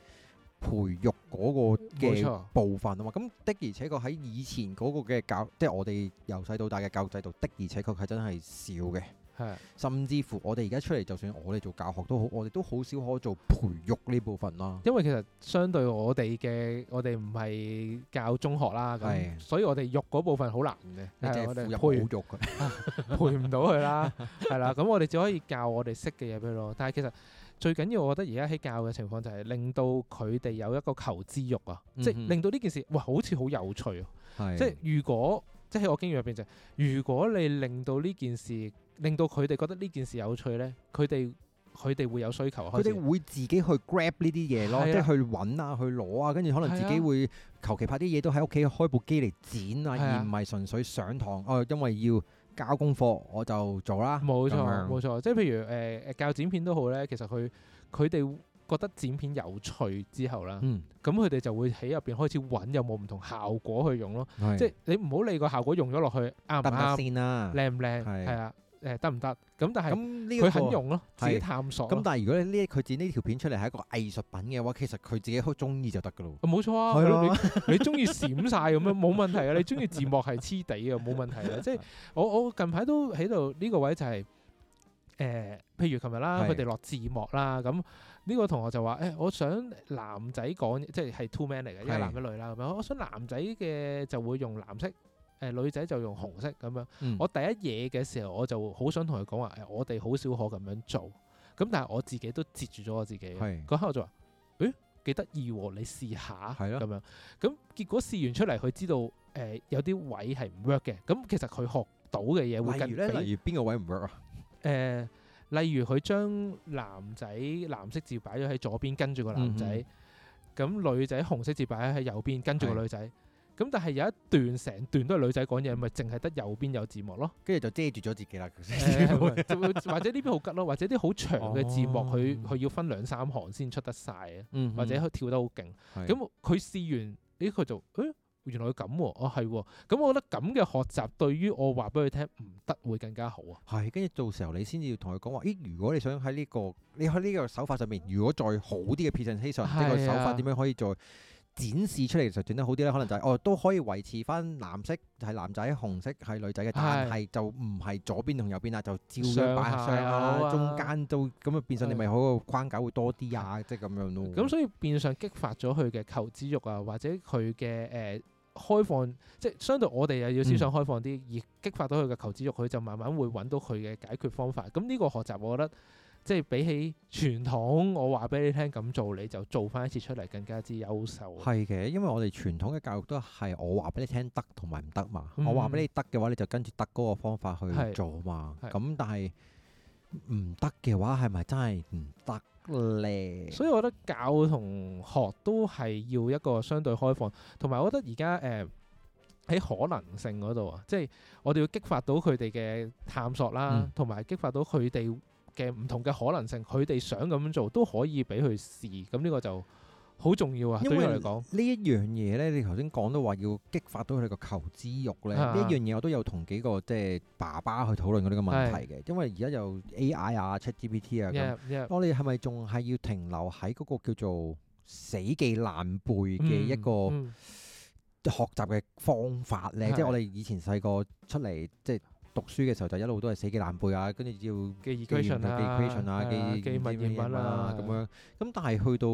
Speaker 1: 培育嗰個
Speaker 2: 冇
Speaker 1: 嘅
Speaker 2: 錯，
Speaker 1: 部分啊嘛。咁的而且確喺以前嗰個嘅教，即係我哋由細到大嘅教育制度，的而且確係真係少嘅。
Speaker 2: 係
Speaker 1: 甚至乎我哋而家出嚟，就算我哋做教學都好，我哋都好少可做培育呢部分啦。
Speaker 2: 因為其實相對我哋嘅，我哋唔係教中學啦，咁
Speaker 1: 係
Speaker 2: 所以我哋肉嗰部分好難嘅，
Speaker 1: 你
Speaker 2: 嗯係啊
Speaker 1: 淨
Speaker 2: 我
Speaker 1: 係
Speaker 2: 哋
Speaker 1: 負入
Speaker 2: 培
Speaker 1: 冇肉嘅，
Speaker 2: 陪唔到
Speaker 1: <laughs>
Speaker 2: 佢啦，係啦，咁我哋只可以教我哋識嘅嘢俾佢咯。但係其實最緊要，我覺得而家喺教嘅情況就係令到佢哋有一個求知欲啊，
Speaker 1: 嗯哼
Speaker 2: 即係令到呢件事，哇，好似好有趣啊！
Speaker 1: 係
Speaker 2: 即係如果即係喺我經驗入邊就係、如果你令到呢件事，令到佢哋覺得呢件事有趣咧，佢哋佢哋會有需求啊
Speaker 1: 佢
Speaker 2: 開始
Speaker 1: 哋會自己去 grab 呢啲嘢咯，
Speaker 2: 係啊
Speaker 1: 即係去揾啊，去攞啊，跟住可能自
Speaker 2: 係
Speaker 1: 己
Speaker 2: 啊
Speaker 1: 會求其拍啲嘢都喺屋企開部機嚟剪啊，
Speaker 2: 係啊
Speaker 1: 而唔係純粹上堂哦，因為要交功課我就做啦。
Speaker 2: 冇錯
Speaker 1: 咁樣
Speaker 2: 冇錯，即係譬如誒誒、呃教剪片都好咧，其實佢佢哋覺得剪片有趣之後啦，
Speaker 1: 嗯，
Speaker 2: 咁佢哋就會喺入邊開始揾有冇唔同效果去用咯。
Speaker 1: 係
Speaker 2: 嗯即係你唔好理個效果用咗落去啱唔
Speaker 1: 得唔得
Speaker 2: 啱，
Speaker 1: 先啦？
Speaker 2: 靚唔靚，
Speaker 1: 係
Speaker 2: 係啊，誒得唔得？咁但係
Speaker 1: 咁呢一個
Speaker 2: 佢肯用咯，自己
Speaker 1: 係
Speaker 2: 探索
Speaker 1: 咁
Speaker 2: 咯。
Speaker 1: 但係如果呢佢剪呢條片出嚟係一個藝術品嘅話，其實佢自己好中意就得噶咯。
Speaker 2: 冇錯啊，
Speaker 1: 係咯
Speaker 2: 你你你中意閃晒咁樣冇問題啊，你中意字幕係黐地啊，冇問題
Speaker 1: <laughs>
Speaker 2: 啊。即係我我近排都喺度呢個位就係、誒、譬如琴日啦，
Speaker 1: 係
Speaker 2: 佢哋落字幕啦，咁呢個同學就話：誒、我想男仔講，即係係 two man 嚟嘅，一
Speaker 1: 係
Speaker 2: 男一女啦，咁樣。我想男仔嘅就會用藍色，誒、女仔就用紅色咁樣。
Speaker 1: 嗯
Speaker 2: 我第一嘢嘅時候，我就好想同佢講話，誒，我哋好少可咁樣做。咁但係我自己都截住咗我自己。
Speaker 1: 係
Speaker 2: 嗰刻我就話：，誒，幾得意喎！你試下
Speaker 1: 係
Speaker 2: 咁
Speaker 1: 咯
Speaker 2: 樣。咁結果試完出嚟，佢知道誒、有啲位係唔 work 嘅。咁其實佢學到嘅嘢會
Speaker 1: 例
Speaker 2: 更
Speaker 1: 如咧，
Speaker 2: 比
Speaker 1: 例如邊個位唔 work 啊？
Speaker 2: 誒、例如佢將男仔藍色字擺咗喺左邊，跟住個男仔；
Speaker 1: 嗯
Speaker 2: 咁、女仔紅色字擺喺右邊，跟住個
Speaker 1: 係
Speaker 2: 女仔。咁但係有一段成段都係女仔講嘢，咪淨係得右邊有字幕咯。
Speaker 1: 跟住就遮住咗自己啦。 <laughs>
Speaker 2: 誒唔係就會或者呢邊好吉咯，或者啲好長嘅字幕，
Speaker 1: 哦
Speaker 2: 佢佢要分兩三行先出得晒啊，
Speaker 1: 嗯
Speaker 2: 或者佢跳得好勁。
Speaker 1: 係
Speaker 2: 咁佢試完，咦佢就誒原來佢咁喎，哦係喎。咁我覺得咁嘅學習對於我話俾佢聽唔得會更加好啊。
Speaker 1: 係，跟住到時候你先至要同佢講話，咦？如果你想喺呢、個你喺呢個手法上面，如果再好啲嘅 presentation，即係個
Speaker 2: 係
Speaker 1: 手
Speaker 2: 啊
Speaker 1: 法點樣可以再展示出嚟就整得好啲咧，可能就係、哦都可以維持翻藍色係男仔，紅色係女仔嘅，但係就唔係左邊同右邊啦，啊就照樣擺
Speaker 2: 上
Speaker 1: 上
Speaker 2: 下
Speaker 1: 下
Speaker 2: 啊
Speaker 1: 中間都咁啊，變相你咪
Speaker 2: 係
Speaker 1: 嗰個框架會多啲啊，即係咁樣咯。
Speaker 2: 咁所以變相激發咗佢嘅求知欲啊，或者佢嘅誒開放，即係相對我哋又要思想開放啲，而激發到佢嘅求知欲，佢就慢慢會揾到佢嘅解決方法。咁呢個學習，我覺得即係比起傳統，我話俾你聽咁做，你就做翻一次出嚟更加之優秀。啊
Speaker 1: 係嘅，因為我哋傳統嘅教育都係我話俾你聽得同埋唔得嘛。
Speaker 2: 嗯
Speaker 1: 我話俾你得嘅話，你就跟住得嗰個方法去
Speaker 2: 係
Speaker 1: 做嘛。
Speaker 2: 係
Speaker 1: 咁但係唔得嘅話，係咪真係唔得咧？
Speaker 2: 所以我覺得教同學都係要一個相對開放，同埋我覺得而家誒喺可能性嗰度啊，即係我哋要激發到佢哋嘅探索啦
Speaker 1: 嗯，
Speaker 2: 同埋、激發到佢哋嘅唔同嘅可能性，佢哋想咁樣做都可以俾佢試，咁呢個就好重要啊！
Speaker 1: 因
Speaker 2: 對於
Speaker 1: 為
Speaker 2: 我嚟講，
Speaker 1: 呢一樣嘢咧，你頭先講到話要激發到佢哋個求知欲咧，
Speaker 2: 啊
Speaker 1: 呢一樣嘢我都有同幾個即係爸爸去討論過呢個問題嘅，因為而家有 AI 啊、ChatGPT 啊咁，
Speaker 2: Yeah, yeah，嗯
Speaker 1: 我哋係咪仲係要停留喺嗰個叫做死記爛背嘅一個？
Speaker 2: 嗯
Speaker 1: 學習嘅方法咧，
Speaker 2: 係
Speaker 1: 即係我哋以前細個出嚟即係讀書嘅時候，就一路都係死記爛背啊，跟住要
Speaker 2: 嘅
Speaker 1: 記唔
Speaker 2: equation
Speaker 1: 同嘅
Speaker 2: 啊，
Speaker 1: equation 啊，
Speaker 2: 係啊
Speaker 1: 記
Speaker 2: 記
Speaker 1: 唔
Speaker 2: 物
Speaker 1: 知咩嘢
Speaker 2: 驗物
Speaker 1: 啦
Speaker 2: 啦
Speaker 1: 咁樣。咁但係去到，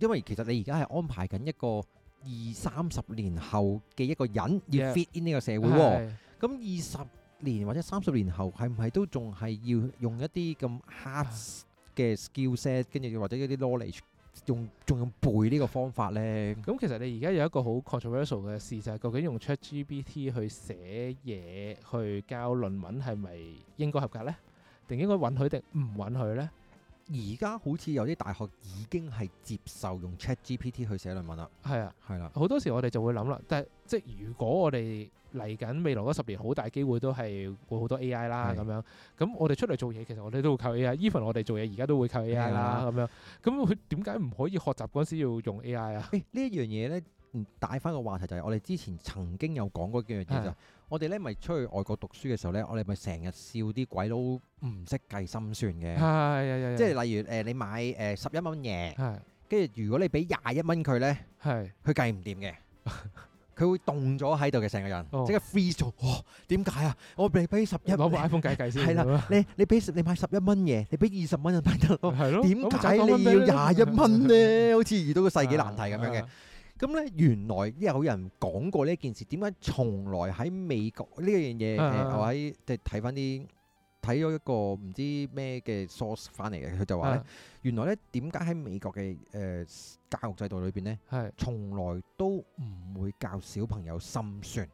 Speaker 1: 因為其實你而家係安排緊一個二三十年後嘅一個人要
Speaker 2: Yeah
Speaker 1: fit in 呢個社會喎。
Speaker 2: 係
Speaker 1: 咁二十年或者三十年後，係唔係都仲係要用一啲咁 hard 嘅 skill set，跟住或者一啲 knowledge，用仲用背呢個方法咧？
Speaker 2: 咁其實你而家有一個好 controversial 嘅事，就係、究竟用 ChatGPT 去寫嘢、去交論文係咪應該合格呢？定應該允許定唔允許呢？
Speaker 1: 而家好似有啲大學已經係接受用 ChatGPT 去寫論文啦，
Speaker 2: 係啊，
Speaker 1: 係啦，
Speaker 2: 好多時我哋就會諗啦，但係即係如果我哋嚟緊未來嗰十年，好大機會都係會好多 AI 啦
Speaker 1: 係
Speaker 2: 咁樣。咁我哋出嚟做嘢，其實我哋都會靠 AI，even 我哋做嘢而家都會靠 AI 啦咁樣。咁佢點解唔可以學習嗰陣時要用 AI 啊？
Speaker 1: 誒呢一樣嘢咧，嗯帶翻個話題就係我哋之前曾經有講過一樣嘢就係
Speaker 2: 係
Speaker 1: 我哋咧咪出去外國讀書嘅時候咧，我哋咪成日笑啲鬼佬唔識計心算
Speaker 2: 係
Speaker 1: 嘅，
Speaker 2: 係係，
Speaker 1: 即係例如誒、你買誒十一蚊嘢，
Speaker 2: 係
Speaker 1: 跟住如果你俾廿一蚊佢咧，
Speaker 2: 係
Speaker 1: 佢計唔掂 <laughs> 嘅。佢會凍咗喺度嘅成個人，
Speaker 2: 哦
Speaker 1: 即刻 freeze 咗。哇！點解啊？我俾俾十一，
Speaker 2: 攞部 iPhone 計計先
Speaker 1: 係啦
Speaker 2: 咁樣
Speaker 1: 你你俾十你買十一蚊嘢，你俾二十蚊就咪得咯。
Speaker 2: 係咯，
Speaker 1: 點解你要廿一蚊
Speaker 2: <laughs>
Speaker 1: 咧？好似遇到個世紀難題咁樣
Speaker 2: 啊
Speaker 1: 嘅。咁咧，原來有人講過呢件事，點解從來喺美國呢樣嘢誒，
Speaker 2: 啊啊啊
Speaker 1: 我喺即係睇翻啲睇咗一個唔知咩嘅 source 翻嚟嘅，佢
Speaker 2: 啊
Speaker 1: 就話咧，原來咧點解喺美國嘅誒教育制度裏邊咧，
Speaker 2: 係
Speaker 1: 從來都唔會教小朋友心算，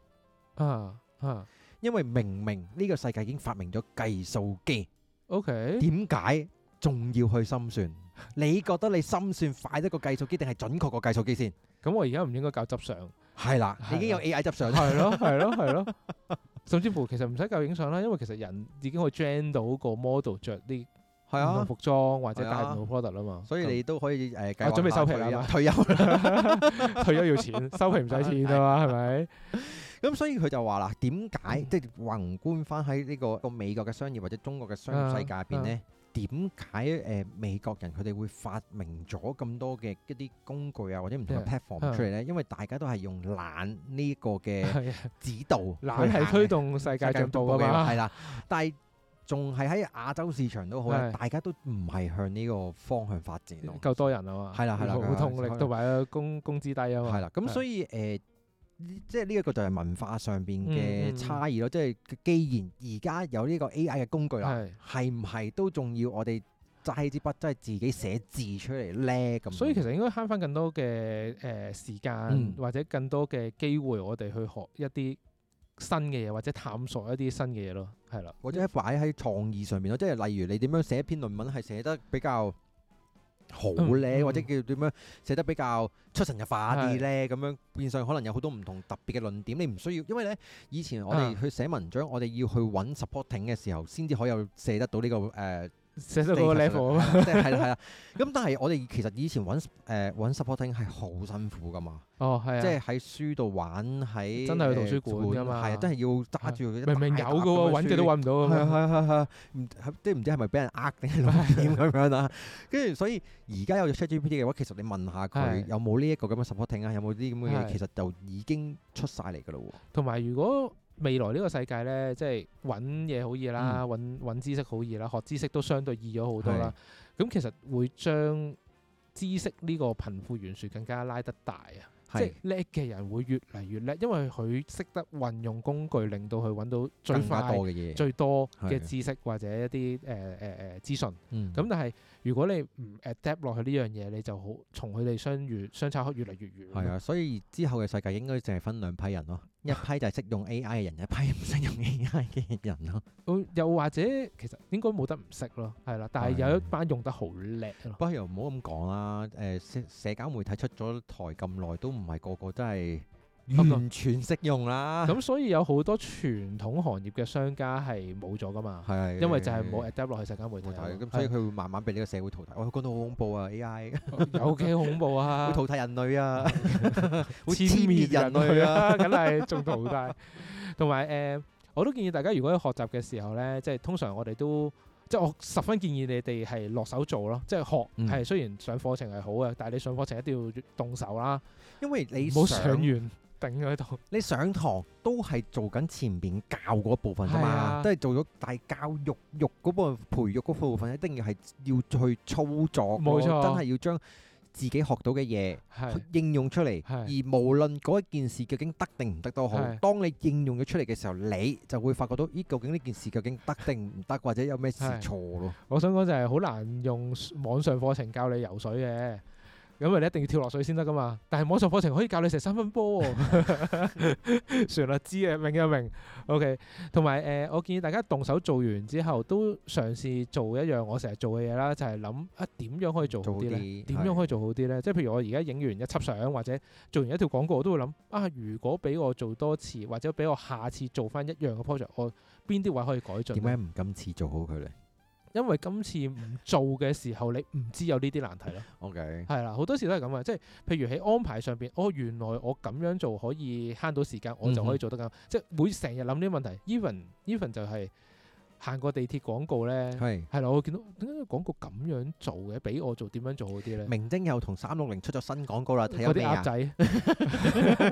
Speaker 2: 啊啊
Speaker 1: 因為明明呢個世界已經發明咗計數機。
Speaker 2: ，OK，
Speaker 1: 點解仲要去心算？你覺得你心算快得個計數機，定係準確過計數機先？
Speaker 2: 咁我而家唔應該教執相，
Speaker 1: 係啦，
Speaker 2: 係
Speaker 1: 你已經有 AI 執相啦。
Speaker 2: 係 <laughs> 咯係咯係咯，甚至乎其實唔使教影相啦，因為其實人已經可以 gen 到個 model 着啲
Speaker 1: 係
Speaker 2: 唔同
Speaker 1: 啊，
Speaker 2: 服裝或者
Speaker 1: 係啊
Speaker 2: 戴唔同 product 啦嘛，
Speaker 1: 所以你都可以誒計
Speaker 2: 我準備收皮
Speaker 1: 劃
Speaker 2: 啦
Speaker 1: 下退休退休 <laughs> 啦。
Speaker 2: 咁 <laughs> 退休要錢，收皮唔使錢
Speaker 1: <laughs>
Speaker 2: 啊嘛，係咪？
Speaker 1: 咁所以佢就話啦，點解
Speaker 2: 嗯
Speaker 1: 即係宏觀翻喺呢個個美國嘅商業或者中國嘅商業世界入邊呢？點解誒美國人佢哋會發明咗咁多嘅一啲工具啊，或者唔同嘅
Speaker 2: Yeah，
Speaker 1: platform 出嚟呢？因為大家都係用懶呢個
Speaker 2: <laughs>
Speaker 1: 嘅
Speaker 2: 係啊
Speaker 1: 指導去
Speaker 2: 懶係
Speaker 1: 行嘅
Speaker 2: 推動世界進步啊嘛，
Speaker 1: 係啦。但係仲係喺亞洲市場都好啦，
Speaker 2: 係
Speaker 1: 大家都唔係向呢個方向發展咯。
Speaker 2: 夠多人啊嘛，
Speaker 1: 係啦係啦
Speaker 2: 好
Speaker 1: 夠
Speaker 2: 痛
Speaker 1: 夠
Speaker 2: 力同埋工工資低啊嘛，
Speaker 1: 係啦，咁所
Speaker 2: 以
Speaker 1: 以誒。呢即係呢一個就係文化上邊
Speaker 2: 嗯
Speaker 1: 嘅
Speaker 2: 嗯
Speaker 1: 差異咯，即係既然而家有呢個 AI 嘅工具啦，
Speaker 2: 係。
Speaker 1: 係唔係都仲要我哋揸支筆真係自己寫字出嚟咧？咁
Speaker 2: 所以其實應該慳翻更多嘅誒、呃、時間，
Speaker 1: 嗯
Speaker 2: 或者更多嘅機會，我哋去學一啲新嘅嘢，或者探索一啲新嘅嘢咯，係啦。
Speaker 1: 或者擺喺創意上面咯，即係例如你點樣寫一篇論文係寫得比較好咧，
Speaker 2: 嗯嗯
Speaker 1: 或者叫點樣寫得比較出神入化啲
Speaker 2: 係
Speaker 1: 咧，咁樣變相可能有好多唔同特別嘅論點，你唔需要，因為咧以前我哋
Speaker 2: 啊
Speaker 1: 去寫文章，我哋要去揾 supporting 嘅時候，先至可以有寫得到呢、個誒。呃
Speaker 2: 寫到嗰個
Speaker 1: <laughs>
Speaker 2: level 啊嘛。
Speaker 1: 嘛，即係係啦係啦。咁但係我哋其實以前揾誒揾 supporting 係好辛苦噶嘛，
Speaker 2: 哦，係啊，
Speaker 1: 即係喺書度玩喺
Speaker 2: 真係去圖
Speaker 1: 誒
Speaker 2: 書館㗎嘛
Speaker 1: 係啊，真係要揸住一
Speaker 2: 明明
Speaker 1: 大
Speaker 2: 有
Speaker 1: 沓咁
Speaker 2: 嘅喎，
Speaker 1: 嘅
Speaker 2: 揾嘅
Speaker 1: 書
Speaker 2: 都揾唔到
Speaker 1: 係 <laughs>
Speaker 2: 咁樣。
Speaker 1: 係係係，唔即係唔知係咪俾人呃 <laughs> 定係
Speaker 2: <laughs>
Speaker 1: 老點咁樣啦。跟住所以而家有 ChatGPT 嘅話，其實你問下佢
Speaker 2: 係
Speaker 1: 有冇呢一個咁嘅 supporting 啊，有冇啲咁嘅嘢，
Speaker 2: 係
Speaker 1: 其實就已經出晒嚟㗎咯
Speaker 2: 同埋如果未來呢個世界呢，即係揾嘢好易啦，
Speaker 1: 嗯
Speaker 2: 揾揾、知識好易啦，學知識都相對易咗好多啦。咁其實會將知識呢個貧富懸殊更加拉得大啊！
Speaker 1: 喎。
Speaker 2: 即
Speaker 1: 係
Speaker 2: 係叻嘅人會越嚟越叻，因為佢識得運用工具，令到佢揾到最
Speaker 1: 更加
Speaker 2: 快、
Speaker 1: 多嘅嘢。
Speaker 2: 最多嘅
Speaker 1: 係啊
Speaker 2: 知識或者一啲誒呃誒誒資訊。
Speaker 1: 嗯
Speaker 2: 咁但係如果你唔呃 adapt 落去呢樣嘢，你就好從佢哋相遇相差越嚟越遠。
Speaker 1: 係啊，所以之後嘅世界應該淨係分兩批人咯，一批就係識用 AI 嘅人，一批唔識用 AI 嘅人咯。
Speaker 2: 咁又或者其實應該冇得唔識咯，係啦，但係
Speaker 1: 係啊
Speaker 2: 有一班用得好叻咯，
Speaker 1: 不過又唔好咁講啦，誒社社交媒體出咗台咁耐，都唔係個個真係
Speaker 2: 咁
Speaker 1: 完全識用啦。
Speaker 2: 咁所以有好多傳統行業嘅商家係冇咗噶嘛，
Speaker 1: 係
Speaker 2: 因為就係冇 adapt 落去社交媒體
Speaker 1: 淘汰，
Speaker 2: 啊嘛，
Speaker 1: 咁所以佢會慢慢被呢個社會淘汰。我講到好恐怖啊，AI
Speaker 2: 係有幾恐怖啊
Speaker 1: <laughs> 會，淘汰人類
Speaker 2: <laughs>
Speaker 1: 啊，會
Speaker 2: 殲
Speaker 1: 殲滅
Speaker 2: 滅
Speaker 1: 人類啊。
Speaker 2: 啊， <laughs> 梗係仲淘汰。同埋誒，我都建議大家如果喺學習嘅時候咧，即係通常我哋都。即係我十分建議你哋係落手做咯，即係學
Speaker 1: 嗯
Speaker 2: 係、雖然上課程係好嘅，但係你上課程一定要動手啦，
Speaker 1: 因為你
Speaker 2: 唔好上
Speaker 1: 上
Speaker 2: 完頂咗喺度。
Speaker 1: 你上堂都係做緊前邊教嗰部分啫
Speaker 2: 係
Speaker 1: 嘛，
Speaker 2: 啊
Speaker 1: 都係做咗但係教育育嗰部分培育嗰部分，一定要係要去操作咯，
Speaker 2: 冇錯
Speaker 1: 真係要將自己學到嘅嘢
Speaker 2: 係
Speaker 1: 去應用出嚟。
Speaker 2: 係
Speaker 1: 而無論嗰一件事究竟得定唔得都好，
Speaker 2: 係
Speaker 1: 當你應用咗出嚟嘅時候，你就會發覺到，咦，究竟呢件事究竟得定唔得，或者有咩事
Speaker 2: 係
Speaker 1: 錯咯？
Speaker 2: 我想講就係好難用網上課程教你游水嘅，因為你一定要跳落水先得噶嘛。但係網上課程可以教你射三分波喎， <laughs> 算啦，知嘅，明嘅明。OK，同埋誒，我建議大家動手做完之後，都嘗試做一樣我成日做嘅嘢啦，就係諗啊點樣可以做好
Speaker 1: 做好
Speaker 2: 啲呢？
Speaker 1: 啲
Speaker 2: 點
Speaker 1: 係
Speaker 2: 樣可以做好啲呢？即係譬如我而家影完一輯相或者做完一條廣告，我都會諗啊，如果俾我做多次，或者俾我下次做翻一樣嘅 project，我邊啲位可以改進
Speaker 1: 點解
Speaker 2: 呢？
Speaker 1: 唔今次做好佢呢
Speaker 2: 因為今次唔做嘅時候，你唔知有呢啲難題咯。
Speaker 1: o k
Speaker 2: 係啦，好多時都係咁啊，即係譬如喺安排上邊，哦，原來我咁樣做可以慳到時間，我
Speaker 1: 嗯
Speaker 2: 就可以做得咁。即係會成日諗呢啲問題。even even 就係行過地鐵廣告咧，
Speaker 1: 係
Speaker 2: 係啦，我見到點解個廣告咁樣做嘅，俾我做點樣做好啲咧？
Speaker 1: 明晶又同三六零出咗新廣告啦，睇
Speaker 2: 嗰
Speaker 1: 有
Speaker 2: 啲
Speaker 1: 咩啊 <laughs>
Speaker 2: 鴨？仔，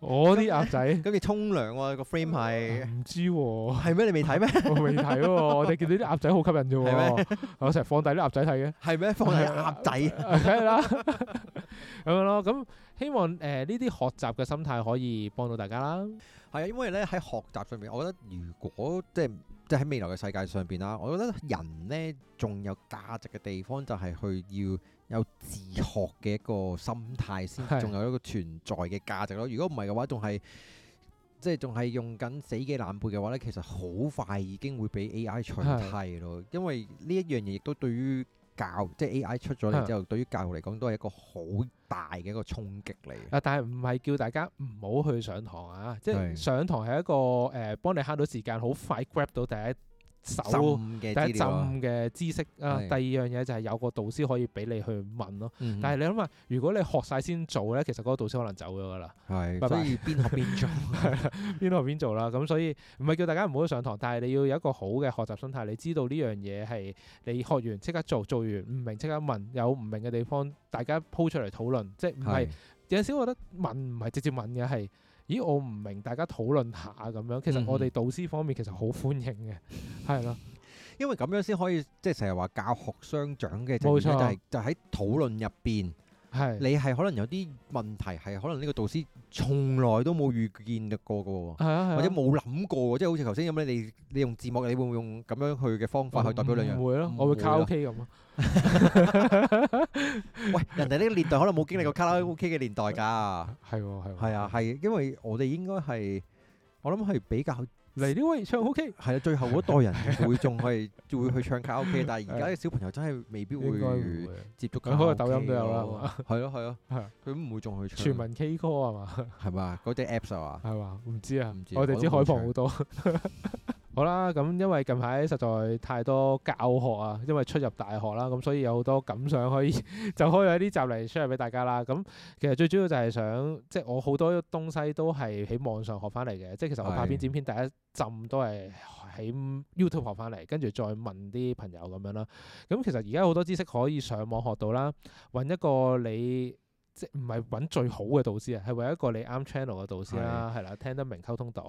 Speaker 2: 我啲鴨仔
Speaker 1: <laughs> 跟住沖涼喎，個 frame 係
Speaker 2: 唔知喎。
Speaker 1: 係咩？你未睇咩？
Speaker 2: 我未睇喎，我哋見到啲鴨仔好吸引啫
Speaker 1: 係
Speaker 2: 喎，我成日放大啲鴨仔睇嘅。
Speaker 1: <laughs> 係啊咩？放喺鴨仔，
Speaker 2: 梗係啦，咁樣咯。 <laughs> 咁希望誒呢啲學習嘅心態可以幫到大家啦。
Speaker 1: 係啊，因為咧喺學習上面，我覺得如果即係即係喺未來嘅世界上邊啦，我覺得人咧仲有價值嘅地方就係去要有自學嘅一個心態先，
Speaker 2: 係
Speaker 1: 仲有一個存在嘅價值咯。如果唔係嘅話，仲係。即係仲係用緊死記爛背嘅話咧，其實好快已經會俾 AI 取替咯。因為呢一樣嘢亦都對於教，即係 AI 出咗嚟之後，對於教育嚟講都係一個好大嘅一個衝擊嚟。
Speaker 2: 啊，但係唔係叫大家唔好去上堂啊？即係
Speaker 1: 係
Speaker 2: 上堂係一個誒、呃、幫你慳到時間，好快 grab 到第一
Speaker 1: 浸
Speaker 2: 手。
Speaker 1: 嘅
Speaker 2: 第
Speaker 1: 資
Speaker 2: 一浸
Speaker 1: 料啊，
Speaker 2: 嘅知識啊，
Speaker 1: 係
Speaker 2: 第二樣嘢就係有個導師可以俾你去問咯。
Speaker 1: 嗯
Speaker 2: 但係你諗下，如果你學晒先做咧，其實嗰個導師可能走咗噶啦，
Speaker 1: 係，
Speaker 2: 拜拜
Speaker 1: 所以邊學邊
Speaker 2: <laughs>
Speaker 1: 做，
Speaker 2: 邊度邊做啦。咁所以唔係叫大家唔好去上堂，但係你要有一個好嘅學習心態，你知道呢樣嘢係你學完即刻做，做完唔明即刻問，有唔明嘅地方大家鋪出嚟討論，即係唔係
Speaker 1: 係
Speaker 2: 有陣時我覺得問唔係直接問嘅係。咦，我唔明，大家討論下咁樣。其實
Speaker 1: 嗯
Speaker 2: 我哋導師方面其實好歡迎嘅，係咯，
Speaker 1: 因為咁樣先可以，即係成日話教學相長嘅正面咧，就
Speaker 2: 冇錯
Speaker 1: 係就喺討論入邊，
Speaker 2: 係
Speaker 1: 你係可能有啲問題係可能呢個導師從來都冇遇見過嘅喎。
Speaker 2: 係啊，
Speaker 1: 或者冇諗過喎，即係好似頭先咁咧，你你用字幕，你會唔會用咁樣去嘅方法去代表兩樣？
Speaker 2: 嗯
Speaker 1: 嗯
Speaker 2: 唔會咯，我會卡拉 OK 咁咯。啊
Speaker 1: 喂，人哋呢個年代可能冇經歷過卡拉 OK 嘅年代㗎，係啊，
Speaker 2: 係喎，係喎，
Speaker 1: 係因為我哋應該係我諗係比較
Speaker 2: 嚟呢位唱 OK，
Speaker 1: 係啊，最後嗰代人會仲
Speaker 2: <laughs>
Speaker 1: 係會去唱卡拉 OK，但係而家嘅小朋友真係未必
Speaker 2: 應該唔
Speaker 1: 會
Speaker 2: 會。
Speaker 1: 接觸
Speaker 2: 佢
Speaker 1: 卡拉
Speaker 2: 開個
Speaker 1: OK
Speaker 2: 抖音都有啦
Speaker 1: 咯
Speaker 2: 係嘛
Speaker 1: 係咯係
Speaker 2: 係
Speaker 1: 咯
Speaker 2: 啊，
Speaker 1: 佢唔會仲去
Speaker 2: 全
Speaker 1: 唱，
Speaker 2: 民 K 歌係嘛？
Speaker 1: 係嘛？嗰啲 apps 啊嘛，
Speaker 2: 係嘛？唔知啊
Speaker 1: 唔，知
Speaker 2: 我哋知
Speaker 1: 我
Speaker 2: 海
Speaker 1: 都冇
Speaker 2: 旁好多。 <laughs> 好啦，咁因為近排實在太多教學啊，因為出入大學啦，咁所以有好多感想可以 <laughs> 就可以喺呢集嚟 share 俾大家啦。咁其實最主要就係想，即係我好多東西都係喺網上學翻嚟嘅，即係其實我拍
Speaker 1: 係
Speaker 2: 片剪片第一浸都係喺 YouTube 學翻嚟，跟住再問啲朋友咁樣啦。咁其實而家好多知識可以上網學到啦，揾一個你。即係唔係揾最好嘅導師啊，係揾一個你啱 channel 嘅導師啦，係啦，聽得明溝通到，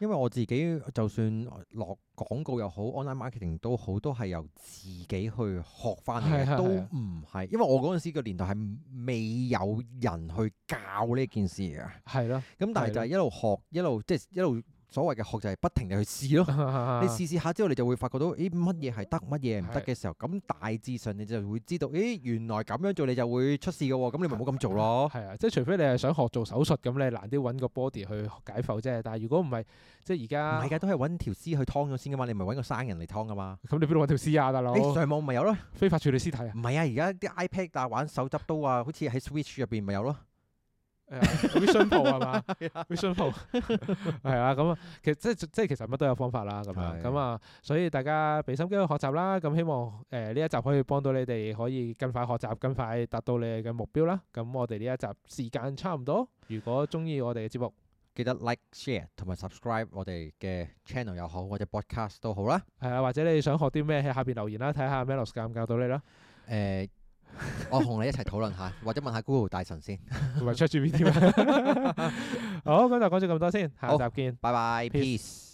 Speaker 1: 因為我自己就算落廣告又好，online marketing 都好，都係由自己去學翻嚟
Speaker 2: 係係
Speaker 1: 嘅，都
Speaker 2: 係
Speaker 1: 唔係。因為我嗰陣時個年代係未有人去教呢件事嘅，
Speaker 2: 係咯。
Speaker 1: 咁但係就係一路學，一路即係一路所謂嘅學就係不停地去試咯。
Speaker 2: <laughs>
Speaker 1: 你試試下之後，你就會發覺到，咦乜嘢啊係得，乜嘢唔得嘅時候，咁大致上你就會知道，咦原來咁樣做你就會出事嘅喎，咁你咪唔好咁做 <laughs> 咯。
Speaker 2: 係啊，即係除非你係想學做手術咁，你難啲揾個 body 去解剖啫。但係如果唔係，即係而
Speaker 1: 唔係
Speaker 2: 家
Speaker 1: 㗎，都係揾條絲去劏咗先㗎嘛，你咪揾個生人嚟劏㗎嘛。
Speaker 2: 咁，你邊度揾條屍啊，大佬？
Speaker 1: 誒上網咪有咯，
Speaker 2: 非法處理屍體啊
Speaker 1: 唔係啊，而家啲 iPad 啊玩手執刀啊，好似喺 Switch 入邊咪有咯。
Speaker 2: 係啊？Vision Pro
Speaker 1: <laughs>
Speaker 2: 係嘛
Speaker 1: 啊
Speaker 2: ？Vision Pro <laughs> 係啊，咁啊，其實即係即係其實乜都有方法啦，咁樣
Speaker 1: 係
Speaker 2: 咁啊，所以大家俾心機去學習啦。咁希望誒呢一集可以幫到你哋，可以更快學習，更快達到你哋嘅目標啦。咁我哋呢一集時間差唔多，如果中意我哋嘅節目，
Speaker 1: 記得 like、share 同埋 subscribe 我哋嘅 channel 又好，或者 podcast 都好啦。
Speaker 2: 係啊，或者你想學啲咩喺下邊留言啦，睇下 Melos 教唔教到你啦。
Speaker 1: 誒、我同你一齊討論下，或者問下 Google 大神先。 <laughs>
Speaker 2: 同埋 ChatGPT 啊好，咁就講咗咁多先，下
Speaker 1: 好
Speaker 2: 集見。
Speaker 1: 拜拜
Speaker 2: Peace
Speaker 1: ，peace。